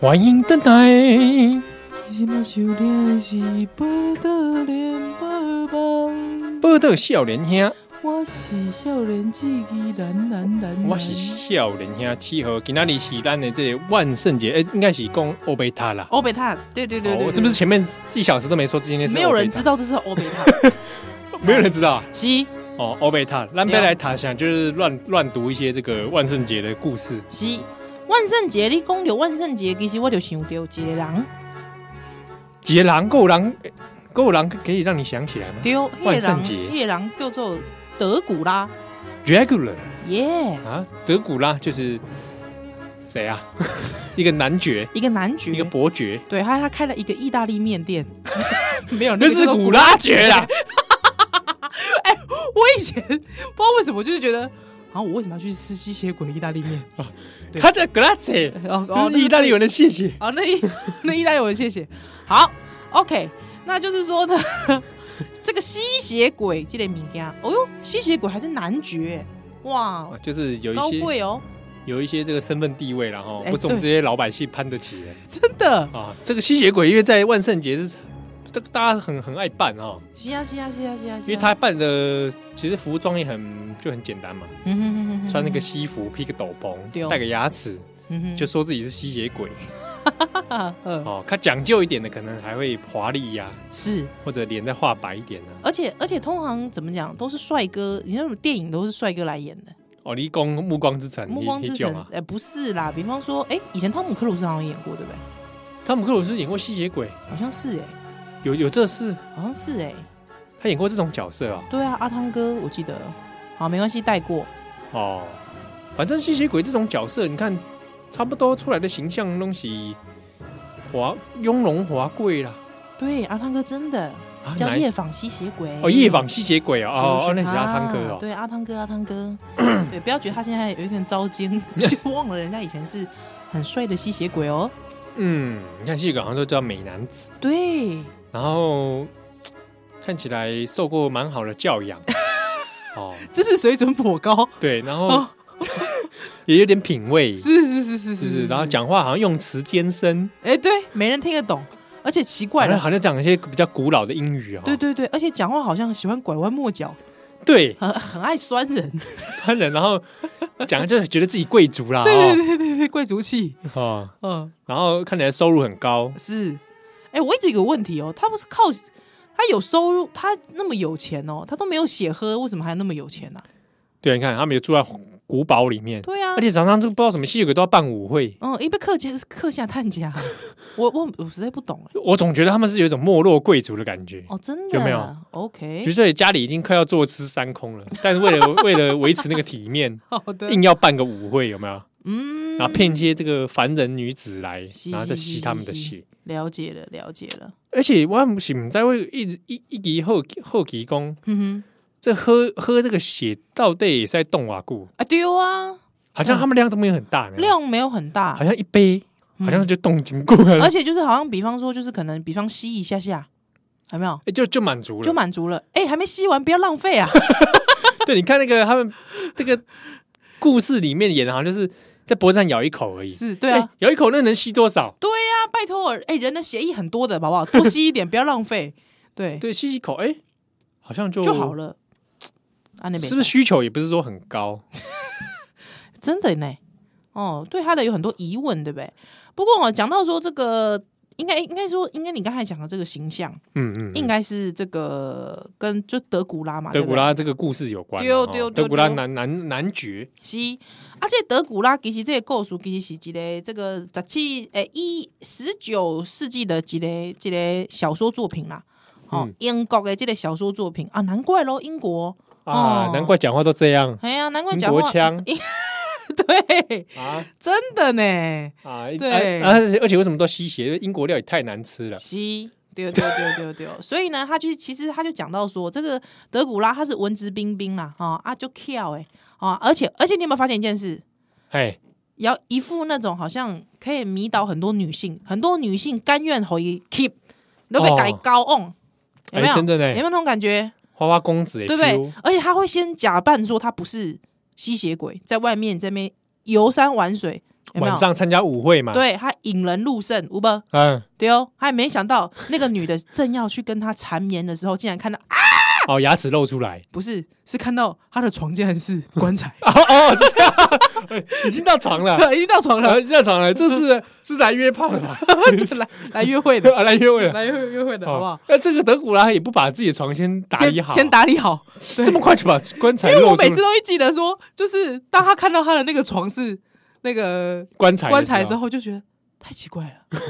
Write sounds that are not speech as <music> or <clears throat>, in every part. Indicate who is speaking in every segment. Speaker 1: 欢迎登台。
Speaker 2: 今仔收听的是报道连播网，
Speaker 1: 报道少年兄，
Speaker 2: 我是少年志气懒懒懒，
Speaker 1: 我是少年兄七号，今仔日是咱的这个万圣节，哎、应该是讲欧贝塔啦。
Speaker 2: 欧贝塔，对哦对对
Speaker 1: 哦
Speaker 2: 对，
Speaker 1: 我是不
Speaker 2: 对
Speaker 1: 是前面一小时都没说今天是？
Speaker 2: 没有人知，道这是欧贝
Speaker 1: <laughs>
Speaker 2: 塔？
Speaker 1: 没有人知道啊。
Speaker 2: 是
Speaker 1: 哦，欧贝
Speaker 2: 啊
Speaker 1: 塔，咱贝来塔想就是乱乱读一些这个万圣节的故事。
Speaker 2: 是，万圣节你讲到万圣节，其实我就想到一个人，
Speaker 1: 杰狼、够狼、够狼可以让你想起来吗
Speaker 2: 对，迄个
Speaker 1: 万圣
Speaker 2: 人，
Speaker 1: 节
Speaker 2: 迄个人叫做德古拉，
Speaker 1: ？Dracula
Speaker 2: 耶，
Speaker 1: 啊，德古拉就是谁啊？一个男爵，
Speaker 2: 一个男爵
Speaker 1: 一个，伯爵，
Speaker 2: 对，他他开了一个意大利
Speaker 1: <laughs>
Speaker 2: 面店，没有，
Speaker 1: 那是古拉
Speaker 2: 啊
Speaker 1: 爵啊啦。
Speaker 2: <laughs> 我以前不知道为什么，就是觉得，啊，我为什么要去吃吸血鬼意大利面？对
Speaker 1: 他叫 Grazie，
Speaker 2: 哦
Speaker 1: <laughs> 哦，意大利文的谢谢。
Speaker 2: 哦，那意 <laughs> 那意大利文谢谢。好，OK，那就是说呢， <laughs> 这个吸血鬼这类名家，哦呦，吸血鬼还是男爵，哇，
Speaker 1: 啊就是有一
Speaker 2: 高
Speaker 1: 些
Speaker 2: 贵哦，
Speaker 1: 有一些这个身份地位啦，然后
Speaker 2: 哎
Speaker 1: 不是我们这
Speaker 2: 对
Speaker 1: 些老百姓攀得起的
Speaker 2: 真的。
Speaker 1: 啊。这个吸血鬼因为在万圣节是这个大家很很爱办哦，
Speaker 2: 是啊，是啊，是啊，是啊，
Speaker 1: 因为他办的其实服装也很就很简单嘛，穿那个西服，披个斗
Speaker 2: 嗯对
Speaker 1: 篷，
Speaker 2: 哦
Speaker 1: 戴个牙齿，就是说自己是吸血鬼
Speaker 2: 啊，嗯，
Speaker 1: 哦。他讲究一点的，可能还会华丽呀，
Speaker 2: 是。
Speaker 1: 或者脸再画白一点呢。啊
Speaker 2: 而且而且，通常怎么讲都是帅哥，你那种电影都是帅哥来演的，
Speaker 1: 哦，你讲《暮光之城》，
Speaker 2: 《暮
Speaker 1: 你
Speaker 2: 光之
Speaker 1: 你
Speaker 2: 城
Speaker 1: 讲》啊，
Speaker 2: 哎，不是啦，比方说，哎，以前汤姆克鲁斯好像演过，对不对？
Speaker 1: 汤姆克鲁斯演过吸血鬼，
Speaker 2: 好像是哎，
Speaker 1: 有有这事，
Speaker 2: 好像是哎，
Speaker 1: 他演过这种角色啊。
Speaker 2: 对啊，阿汤哥，我记得。好，没关系，带过。
Speaker 1: 哦，反正吸血鬼这种角色，你看差不多出来的形象东西，华雍容华贵啦。
Speaker 2: 对，阿汤哥真的
Speaker 1: 啊
Speaker 2: 叫
Speaker 1: 哪一
Speaker 2: 夜访吸血鬼。
Speaker 1: 哦，夜访吸血鬼哦，
Speaker 2: 是不
Speaker 1: 哦，哦那是阿汤哥
Speaker 2: 啊
Speaker 1: 哦。
Speaker 2: 对，阿汤哥，阿
Speaker 1: <clears throat>
Speaker 2: 汤哥。对，不要觉得他现在有一点糟心，
Speaker 1: <laughs>
Speaker 2: 就忘了人家以前是很帅的吸血鬼哦。
Speaker 1: 嗯，你看吸血鬼好像都叫美男子，
Speaker 2: 对，
Speaker 1: 然后看起来受过蛮好的教
Speaker 2: <laughs>
Speaker 1: 养。哦，
Speaker 2: 这是水准颇高。
Speaker 1: 对，然后
Speaker 2: 哦
Speaker 1: <laughs> 也有点品味，是
Speaker 2: 是是是是
Speaker 1: 不是？然后，讲话好像用词艰深，
Speaker 2: 哎，对，没人听得懂，而且奇怪
Speaker 1: 好像
Speaker 2: 了。
Speaker 1: 好像讲一些比较古老的英语哦。
Speaker 2: 对对对，而且讲话好像喜欢拐弯抹角，
Speaker 1: 对，
Speaker 2: 很很爱酸
Speaker 1: <laughs>
Speaker 2: 人，
Speaker 1: 穿人，然后讲就是觉得自己贵族啦，
Speaker 2: 对对对对对，贵族气，
Speaker 1: 哦哦，
Speaker 2: 嗯，
Speaker 1: 然后看起来收入很高，
Speaker 2: 是，哎、我一直有个问题哦，他不是靠他有收入，他那么有钱哦，他都没有血喝，为什么还那么有钱呢、啊
Speaker 1: 对，你看他们也住在古堡里面，
Speaker 2: 对啊
Speaker 1: 而，且常常就不知道什么吸血鬼都要办舞会，
Speaker 2: 嗯，一被客家客下探家，我我我实在不懂哎、
Speaker 1: 我总觉得他们是有一种没落贵族的感觉。
Speaker 2: 哦，真的
Speaker 1: 有没有
Speaker 2: 啊
Speaker 1: 比如
Speaker 2: ？OK，
Speaker 1: 说家里已经快要坐吃山空了，但是为了为了维持那个体面，
Speaker 2: 好的
Speaker 1: 硬要办个舞会，有没有？
Speaker 2: 嗯
Speaker 1: 然，后骗一些这个凡人女子来，
Speaker 2: 是
Speaker 1: 然后再吸他们的血。
Speaker 2: 了解了，了解了，
Speaker 1: 而且我唔是唔知会一直一一直后后期讲，
Speaker 2: 嗯哼，
Speaker 1: 这喝喝这个血到底也是在动瓦固，
Speaker 2: 啊丢啊，
Speaker 1: 好像他们量都没有很大呢，
Speaker 2: 量没有很大
Speaker 1: 好，像一杯，
Speaker 2: 嗯
Speaker 1: 好像就动经过了，
Speaker 2: 而且就是好像比方说就是可能比方吸一下下，有没有？
Speaker 1: 诶哎就就满足
Speaker 2: 就
Speaker 1: 了。
Speaker 2: 满足了，哎、还没吸完，不要浪费啊！
Speaker 1: 对，你看那个他们这个故事里面演的，好像就是在脖子上咬一口而已。
Speaker 2: 是，对啊，
Speaker 1: 诶咬一口那能吸多少？
Speaker 2: 对呀、拜托，哎、人的血液很多的，
Speaker 1: <laughs>
Speaker 2: 好不好？多吸一点，不要浪费，对，
Speaker 1: 对，吸一口，哎，好像就
Speaker 2: 就好。了。啊，那边
Speaker 1: 是不是需求也不是说很高？
Speaker 2: 真的呢？哦，对他的有很多疑问，对不对？不过我哦讲到说这个，应该应该说，应该你刚才讲的这个形象，
Speaker 1: 嗯嗯，嗯
Speaker 2: 应该是这个跟就德古拉嘛，
Speaker 1: 德古拉这个故事有关啊。
Speaker 2: 对哦
Speaker 1: 哈
Speaker 2: 对哦对哦
Speaker 1: 德古拉
Speaker 2: 对哦
Speaker 1: 男男男爵，
Speaker 2: 西，而且啊德古拉其实这个构图其实是一个这个十七诶一十九世纪的一个一个小说作品啦。哦，
Speaker 1: 嗯
Speaker 2: 英国的这个小说作品啊，难怪咯，英国
Speaker 1: 啊，
Speaker 2: 哦
Speaker 1: 难怪讲话都这样
Speaker 2: 哎呀，难怪
Speaker 1: 英
Speaker 2: 讲
Speaker 1: 国
Speaker 2: 话
Speaker 1: 腔
Speaker 2: <laughs> 对，
Speaker 1: 啊
Speaker 2: 真的呢，
Speaker 1: 啊！一
Speaker 2: 对
Speaker 1: 啊而且而且为什么都吸血？因为英国料理太难吃了。
Speaker 2: 是。对对对对对，所以呢，他就是其实他就讲到说，这个德古拉他是文质彬彬啦，哈、啊就跳哎、啊，而且而且你有没有发现一件事？
Speaker 1: 哎，
Speaker 2: 也要一副那种好像可以迷倒很多女性，很多女性甘愿和伊 keep 都被改高 on，、有没有？
Speaker 1: 哦哎真的呢
Speaker 2: 有没有那种感觉？
Speaker 1: 花花公子，
Speaker 2: 对不对？？而且他会先假扮说他不是吸血鬼，在外面这边游山玩水，有没有
Speaker 1: 晚？上参加舞会嘛，，
Speaker 2: 对他引人入胜，无不
Speaker 1: 嗯，
Speaker 2: 对哦，他也没想到那个女的正要去跟他缠绵的时候，竟然看到啊，
Speaker 1: 哦，牙齿露出来，
Speaker 2: 不是，是看到他的床竟然是
Speaker 1: <laughs>
Speaker 2: 棺材，
Speaker 1: 哦哦，是这样，已经到床
Speaker 2: <laughs>
Speaker 1: 了，
Speaker 2: 已经到床了，
Speaker 1: 啊已经到床了，这
Speaker 2: <laughs>
Speaker 1: 是是来约炮的吧？
Speaker 2: 就是来来约会的，
Speaker 1: <laughs> 啊来约会了，哦哎
Speaker 2: 来约会约会的，好不好？
Speaker 1: 那这个德古拉也不把自己的床先打理
Speaker 2: 先
Speaker 1: 好，
Speaker 2: 先打理好，
Speaker 1: 这么快就把棺材
Speaker 2: 因为我
Speaker 1: 露出
Speaker 2: 每次都会记得说，就是当他看到他的那个床是那个
Speaker 1: 棺材
Speaker 2: 棺材的时
Speaker 1: 候，
Speaker 2: 候，就觉得太奇怪了，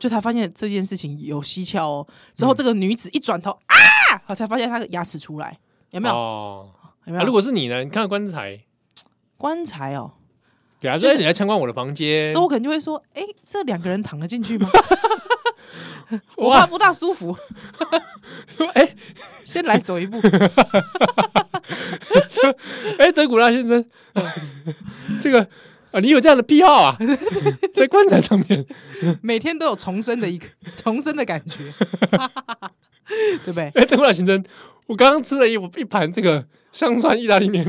Speaker 2: 就才发现这件事情有蹊跷哦。
Speaker 1: 嗯
Speaker 2: 之后这个女子一转头啊，我才发现她的牙齿出来，有
Speaker 1: 有
Speaker 2: 没有？
Speaker 1: 哦，
Speaker 2: 有没
Speaker 1: 啊
Speaker 2: 有？
Speaker 1: 如果是你呢？你看到棺材，
Speaker 2: 棺材哦，
Speaker 1: 对啊，
Speaker 2: 就
Speaker 1: 就是是你来参观我的房间
Speaker 2: 之，后我可能就会说，哎，这两个人躺得进去吗？我怕
Speaker 1: 哇，
Speaker 2: 不大舒服，
Speaker 1: <laughs> 哎
Speaker 2: 先来走一
Speaker 1: <laughs>
Speaker 2: 步。
Speaker 1: 哎，德古拉先
Speaker 2: <laughs>
Speaker 1: 生，这个啊，你有这样的癖好
Speaker 2: <laughs>
Speaker 1: 啊，在棺材上面，
Speaker 2: 每天都有重生的一个重生的感
Speaker 1: <laughs>
Speaker 2: 觉，对不对？
Speaker 1: 哎，德古拉先生，我刚刚吃了一我一盘这个香蒜意大利面，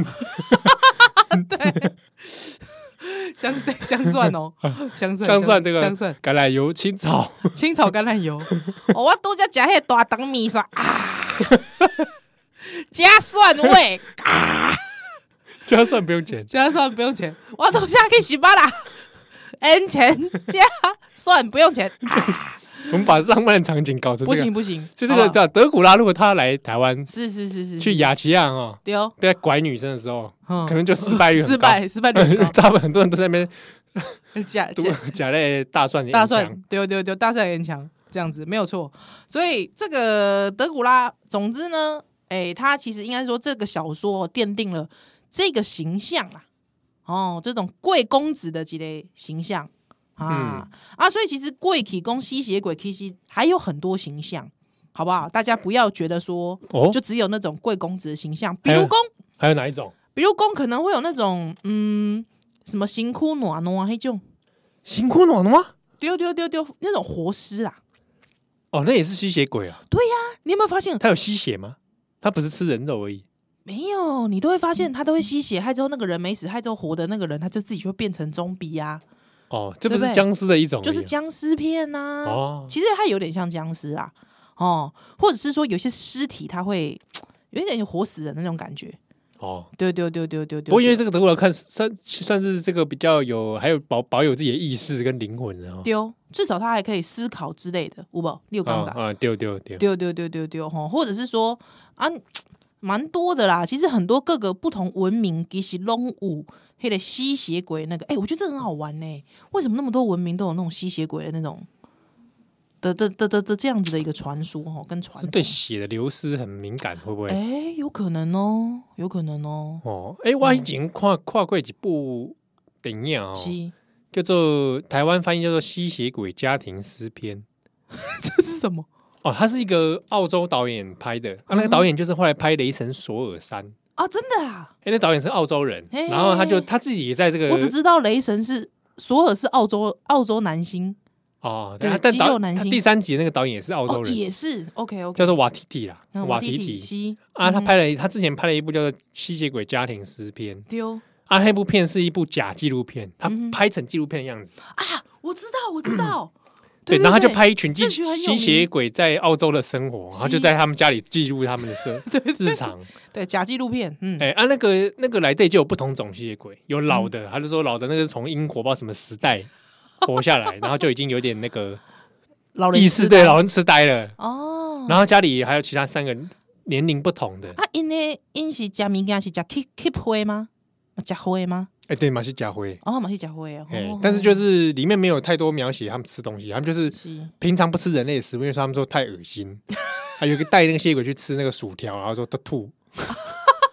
Speaker 2: 香对香蒜
Speaker 1: <laughs>
Speaker 2: 哦，香蒜
Speaker 1: <laughs> 香蒜这个
Speaker 2: 香蒜
Speaker 1: 橄榄油、青草，
Speaker 2: 清炒橄榄油， <laughs> 哦、我多加加迄大肠米线啊， <laughs> 加蒜味，
Speaker 1: 加蒜不用钱，
Speaker 2: 加蒜不用钱，我都下去洗巴啦。N 钱加蒜不用钱，
Speaker 1: 我们把浪漫的场景搞成
Speaker 2: 不
Speaker 1: 这
Speaker 2: 行
Speaker 1: 个。
Speaker 2: 不行，
Speaker 1: 就这
Speaker 2: 好
Speaker 1: 个
Speaker 2: 不好
Speaker 1: 叫德古拉，如果他来台湾
Speaker 2: 是是是是
Speaker 1: 去雅琪亚哦，
Speaker 2: 丢，
Speaker 1: 在拐女生的时候，
Speaker 2: 嗯
Speaker 1: 可能就失败率很
Speaker 2: 失
Speaker 1: 高
Speaker 2: 败
Speaker 1: <laughs>
Speaker 2: 失败率很高
Speaker 1: 他们很多人都在
Speaker 2: <laughs>
Speaker 1: 那边
Speaker 2: 假
Speaker 1: 读
Speaker 2: 假
Speaker 1: 假类大蒜的
Speaker 2: 大
Speaker 1: 影
Speaker 2: 蒜
Speaker 1: 响，
Speaker 2: 对对对，大蒜很强，这样子没有错。所以这个德古拉，总之呢，哎，他其实应该说这个小说哦奠定了这个形象啊，哦，这种贵公子的几类形象啊、啊，所以其实贵体公吸血鬼 K 吸还有很多形象，好不好？大家不要觉得说
Speaker 1: 哦
Speaker 2: 就，只有那种贵公子的形象，比
Speaker 1: 还有
Speaker 2: 如公，
Speaker 1: 还有哪一种？
Speaker 2: 比如公可能会有那种嗯什么行窟暖暖黑种，
Speaker 1: 行苦暖的吗？
Speaker 2: 丢丢丢丢那种活尸啊。
Speaker 1: 哦，那也是吸血鬼啊，
Speaker 2: 你有没有发现？
Speaker 1: 他有吸血吗？他不是吃人肉而已，
Speaker 2: 没有，你都会发
Speaker 1: 嗯
Speaker 2: 现他都会吸血，害之后那个人没死，害之后活的那个人他就自己会变成中比啊，
Speaker 1: 哦，这不
Speaker 2: 对
Speaker 1: 是
Speaker 2: 不对
Speaker 1: 僵尸的一种而已啊，
Speaker 2: 就是僵尸片呐、
Speaker 1: 哦
Speaker 2: 其实它有点像僵尸啊，哦，或者是说有些尸体它会有一点活死人的那种感觉。
Speaker 1: 哦。
Speaker 2: 对对对对对对。
Speaker 1: 不过因为这个德古拉看算算是这个比较有，还有保保有自己的意识跟灵魂的哦。
Speaker 2: 丢，至少他还可以思考之类的，五宝六杠
Speaker 1: 啊
Speaker 2: 杠。
Speaker 1: 啊，丢丢丢，
Speaker 2: 丢丢丢丢丢吼，或者是说啊，蛮多的啦。其实很多各个不同文明，其实龙舞黑的吸血鬼那个，哎、我觉得这很好玩呢、为什么那么多文明都有那种吸血鬼的那种的的的的的这样子的一个传说哦，跟传统
Speaker 1: 对血的流失很敏感，会不会
Speaker 2: 哎、？有可能哦、有可能哦、
Speaker 1: 哦，哎、我以前看看过一部电影哦，
Speaker 2: 吸，
Speaker 1: 叫做台湾翻译叫做《吸血鬼家庭诗篇》
Speaker 2: <laughs> 这是什么？
Speaker 1: 哦，它是一个澳洲导演拍的，
Speaker 2: 嗯
Speaker 1: 啊，那个导演就是后来拍《雷神索尔山》，
Speaker 2: 啊，真的啊！
Speaker 1: 哎、那导演是澳洲人，
Speaker 2: 嘿
Speaker 1: 然后他就他自己也在这个
Speaker 2: 我只知道雷神是索尔是澳洲澳洲男星，
Speaker 1: 哦，
Speaker 2: 对
Speaker 1: 但但
Speaker 2: 肌
Speaker 1: 导
Speaker 2: 肉男
Speaker 1: 他
Speaker 2: 星
Speaker 1: 第三集那个导演也是澳洲
Speaker 2: 哦，
Speaker 1: 人，
Speaker 2: 也哦是嗯 OK OK，
Speaker 1: 叫做瓦提提啦，瓦提
Speaker 2: 体
Speaker 1: 提
Speaker 2: 吸
Speaker 1: 啊，他拍了一他之前拍了一部叫做《吸血鬼家庭诗篇》，
Speaker 2: 丢。
Speaker 1: 啊，那部片是一部假纪录片，他
Speaker 2: 嗯
Speaker 1: 拍成纪录片的样子。
Speaker 2: 啊，我知道，我知道。
Speaker 1: 嗯对，然后他就拍一群吸
Speaker 2: 这群很有
Speaker 1: 吸
Speaker 2: 名
Speaker 1: 血鬼在澳洲的生活，然后就
Speaker 2: 吸
Speaker 1: 在他们家里记录他们的
Speaker 2: <laughs>
Speaker 1: 生日常。
Speaker 2: 对假纪录片，嗯，
Speaker 1: 哎，啊，那个那个来对就有不同种吸血鬼，有老的，他就说老的那个是从英国不知道什么时代活下来，然后就已经有点那个
Speaker 2: 老人
Speaker 1: 意识，
Speaker 2: 痴呆
Speaker 1: 对，老人痴呆了。
Speaker 2: 哦。
Speaker 1: 然后家里还有其他三个年龄不同的，
Speaker 2: 啊，因呢，因是假物件是假 keep keep 灰吗？假灰吗？
Speaker 1: 哎，对，马戏甲灰。
Speaker 2: 哦，嘛是假灰啊。
Speaker 1: 哎
Speaker 2: 哦，
Speaker 1: 但是就是里面没有太多描写他们吃东西，他们就是
Speaker 2: 是
Speaker 1: 平常不吃人类的食物，因为他们说太恶
Speaker 2: <laughs>
Speaker 1: 心。还有一个带那个吸血鬼去吃那个薯条，然后说都
Speaker 2: <laughs>
Speaker 1: 吐，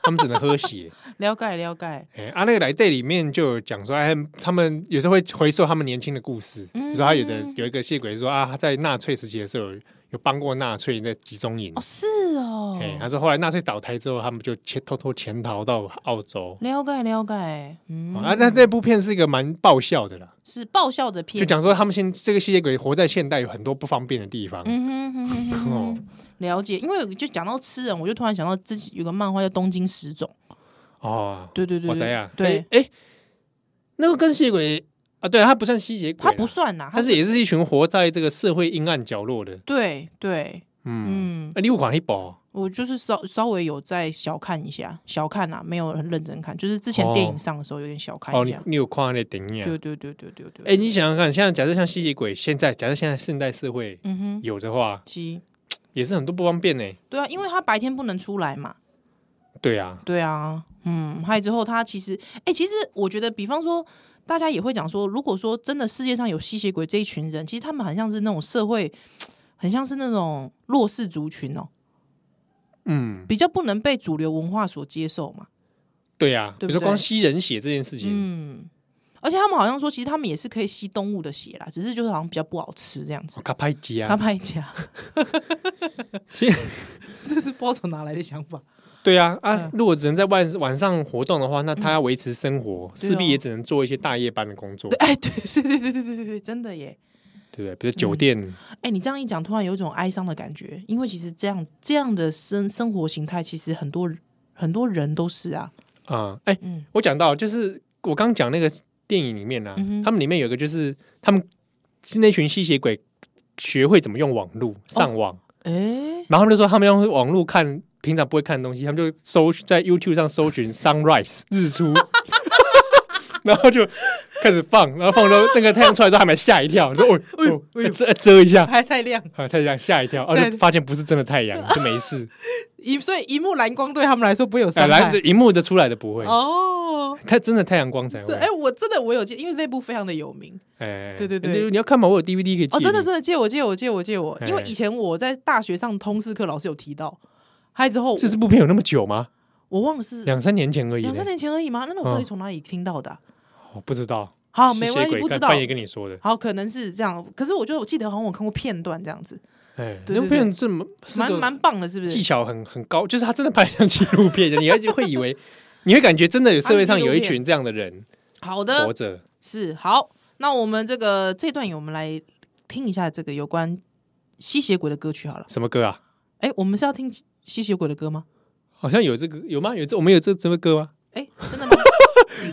Speaker 1: 他们只能喝血。
Speaker 2: 了解了解。
Speaker 1: 哎、啊，那个来队里面就有讲说，哎，他们有时候会回溯他们年轻的故事，比
Speaker 2: 嗯
Speaker 1: 如说他有的有一个吸血鬼说啊，他在纳粹时期的时候有有帮过纳粹在集中营
Speaker 2: 哦，，是哦
Speaker 1: 哎、。他说后来纳粹倒台之后，他们就潜偷偷潜逃到澳洲。
Speaker 2: 了解了解，嗯，
Speaker 1: 啊，那那部片是一个蛮爆笑的啦，
Speaker 2: 是爆笑的片，
Speaker 1: 就讲说他们现这个吸血鬼活在现代有很多不方便的地方，
Speaker 2: 嗯哼哼
Speaker 1: <laughs>
Speaker 2: 哼哼
Speaker 1: 哦
Speaker 2: 哼，了解。因为就讲到吃人，我就突然想到之前有个漫画叫《东京食种》，
Speaker 1: 哦，
Speaker 2: 对对对，
Speaker 1: 我
Speaker 2: 嗯对
Speaker 1: 怎样？
Speaker 2: 对，
Speaker 1: 哎、诶那个跟吸血鬼啊，对，他不算吸血鬼
Speaker 2: 他
Speaker 1: 啦，
Speaker 2: 不算呐，
Speaker 1: 他是也是一群活在这个社会阴暗角落的。
Speaker 2: 对对，
Speaker 1: 嗯，
Speaker 2: 嗯，
Speaker 1: 啊，你有管一宝
Speaker 2: 我就是稍稍微有再小看一下，小看啦、没有很认真看，就是之前
Speaker 1: 哦
Speaker 2: 电影上的时候有点小看
Speaker 1: 哦，
Speaker 2: 一
Speaker 1: 你
Speaker 2: 下。
Speaker 1: 你有看那电影
Speaker 2: 哎对
Speaker 1: 啊？
Speaker 2: 对对对对对。
Speaker 1: 哎、你想想看，像假设像吸血鬼，现在假设现在现代社会
Speaker 2: 嗯哼，
Speaker 1: 有的话，
Speaker 2: 鸡，
Speaker 1: 也是很多不方便呢。
Speaker 2: 对啊，因为他白天不能出来嘛。
Speaker 1: 对啊，
Speaker 2: 对啊，嗯，还有之后他其实，哎、其实我觉得，比方说，大家也会讲说，如果说真的世界上有吸血鬼这一群人，其实他们很像是那种社会，很像是那种弱势族群哦、
Speaker 1: 嗯，
Speaker 2: 比较不能被主流文化所接受嘛。
Speaker 1: 对啊，
Speaker 2: 对不
Speaker 1: 比如说光
Speaker 2: 对
Speaker 1: 吸人血这件事情，
Speaker 2: 嗯，而且他们好像说，其实他们也是可以吸动物的血啦，只是就是好像比较不好吃这样子
Speaker 1: 我。卡拍机
Speaker 2: 他
Speaker 1: 啊，
Speaker 2: 拍家，
Speaker 1: 其实
Speaker 2: <laughs> 这是不知道从哪来的想法。
Speaker 1: 对啊啊
Speaker 2: 嗯！
Speaker 1: 如果只能在晚晚上活动的话，那他要维持生活，势必也只能做一些大夜班的工作，
Speaker 2: 哦对，哎，对对对对对对对对，真的耶。
Speaker 1: 对不对？比如酒店，
Speaker 2: 哎，你这样一讲，突然有一种哀伤的感觉，因为其实这样这样的生生活形态，其实很多很多人都是啊，
Speaker 1: 啊，哎、
Speaker 2: 嗯
Speaker 1: 我讲到就是我刚讲那个电影里面呢、啊，
Speaker 2: 嗯哼
Speaker 1: 他们里面有一个就是他们是那群吸血鬼学会怎么用网络
Speaker 2: 哦
Speaker 1: 上网，
Speaker 2: 哎，
Speaker 1: 然后他们就说他们用网络看平常不会看的东西，他们就搜在 YouTube 上搜寻
Speaker 2: <laughs>
Speaker 1: sunrise 日出。 <laughs> 然后就开始放，然后放到那个太阳出来之后，他们吓一跳，说：“哦，
Speaker 2: <laughs> 哎呦
Speaker 1: 哦哎遮遮一下，
Speaker 2: <laughs> 还太亮，
Speaker 1: 啊，太阳吓一跳，
Speaker 2: 吓
Speaker 1: 啊，
Speaker 2: 一
Speaker 1: 就
Speaker 2: 跳
Speaker 1: 发现不是真的太
Speaker 2: <laughs>
Speaker 1: 阳，就没事。
Speaker 2: 一所以一幕蓝光对他们来说不会有
Speaker 1: 哎，
Speaker 2: 伤
Speaker 1: 来
Speaker 2: 害
Speaker 1: 这荧幕的出来的不会，
Speaker 2: 哦。
Speaker 1: 它真的太阳光才
Speaker 2: 是
Speaker 1: 会。
Speaker 2: 哎，我真的我有借，因为那部非常的有名
Speaker 1: 哎，
Speaker 2: 对对对
Speaker 1: 你你要看嘛，我有 DVD 可以借
Speaker 2: 哦，
Speaker 1: 你。
Speaker 2: 真的真的借我借我借我借我，因为
Speaker 1: 哎
Speaker 2: 以前我在大学上通识课老师有提到，还有之后
Speaker 1: 这是部片有那么久吗？
Speaker 2: 我忘了是
Speaker 1: 两三年前而已呢。
Speaker 2: 两三年前而已吗？那那我到底
Speaker 1: 嗯
Speaker 2: 从哪里听到的啊、
Speaker 1: 哦，不知道。
Speaker 2: 好，
Speaker 1: 吸
Speaker 2: 没
Speaker 1: 血
Speaker 2: 关系，
Speaker 1: 鬼
Speaker 2: 不知
Speaker 1: 干
Speaker 2: 道
Speaker 1: 半。夜跟你说的。
Speaker 2: 好，可能是这样。可是我觉得我记得好像我看过片段这样子，
Speaker 1: 哎，
Speaker 2: 对对
Speaker 1: 那部片这么是
Speaker 2: 蛮
Speaker 1: 个
Speaker 2: 蛮棒的，是不
Speaker 1: 技
Speaker 2: 是？
Speaker 1: 巧很很高，就是他真的拍得像纪录片的，你而且会 <laughs> 以为。你会感觉真的有社会上有一群这样的人
Speaker 2: 好
Speaker 1: 活
Speaker 2: 的，
Speaker 1: 着，
Speaker 2: 是好。那我们这个这段我们来听一下这个有关吸血鬼的歌曲好了。
Speaker 1: 什么歌啊？
Speaker 2: 哎，我们是要听吸吸血鬼的歌吗？什
Speaker 1: 好像有这个有吗？有这我们有这这个歌吗？
Speaker 2: 哎，真的吗？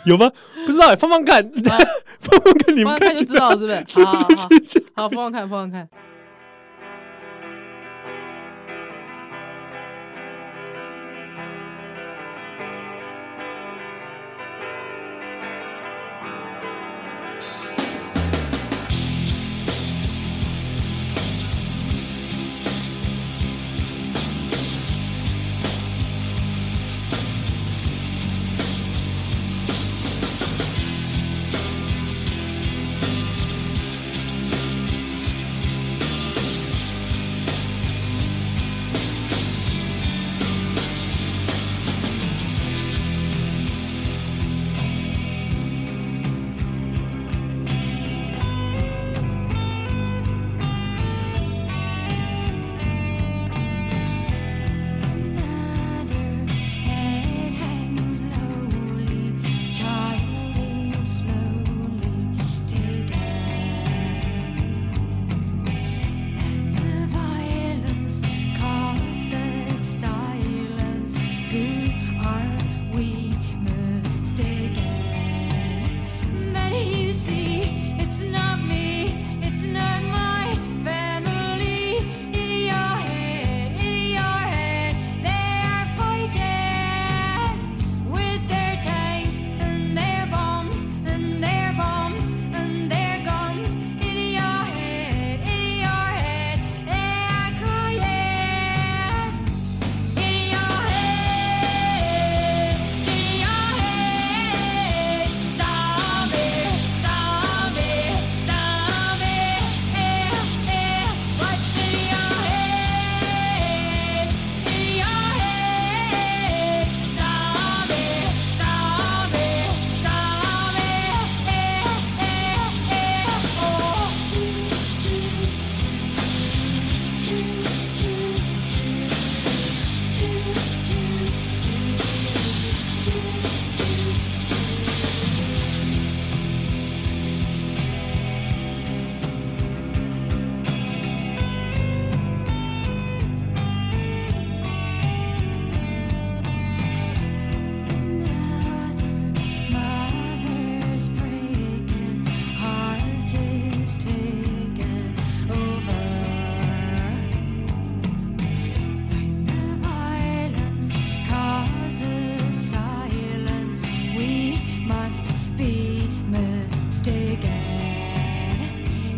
Speaker 1: 有吗？不知道欸，放放看， <laughs> 放放看， <laughs> 你
Speaker 2: 放
Speaker 1: 们
Speaker 2: 放看
Speaker 1: 看
Speaker 2: 就知道了，是不是？
Speaker 1: 是
Speaker 2: 好
Speaker 1: 不
Speaker 2: 好
Speaker 1: 是
Speaker 2: 好
Speaker 1: 这这
Speaker 2: 好，放放看，放放看。
Speaker 3: 我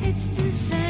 Speaker 3: insane.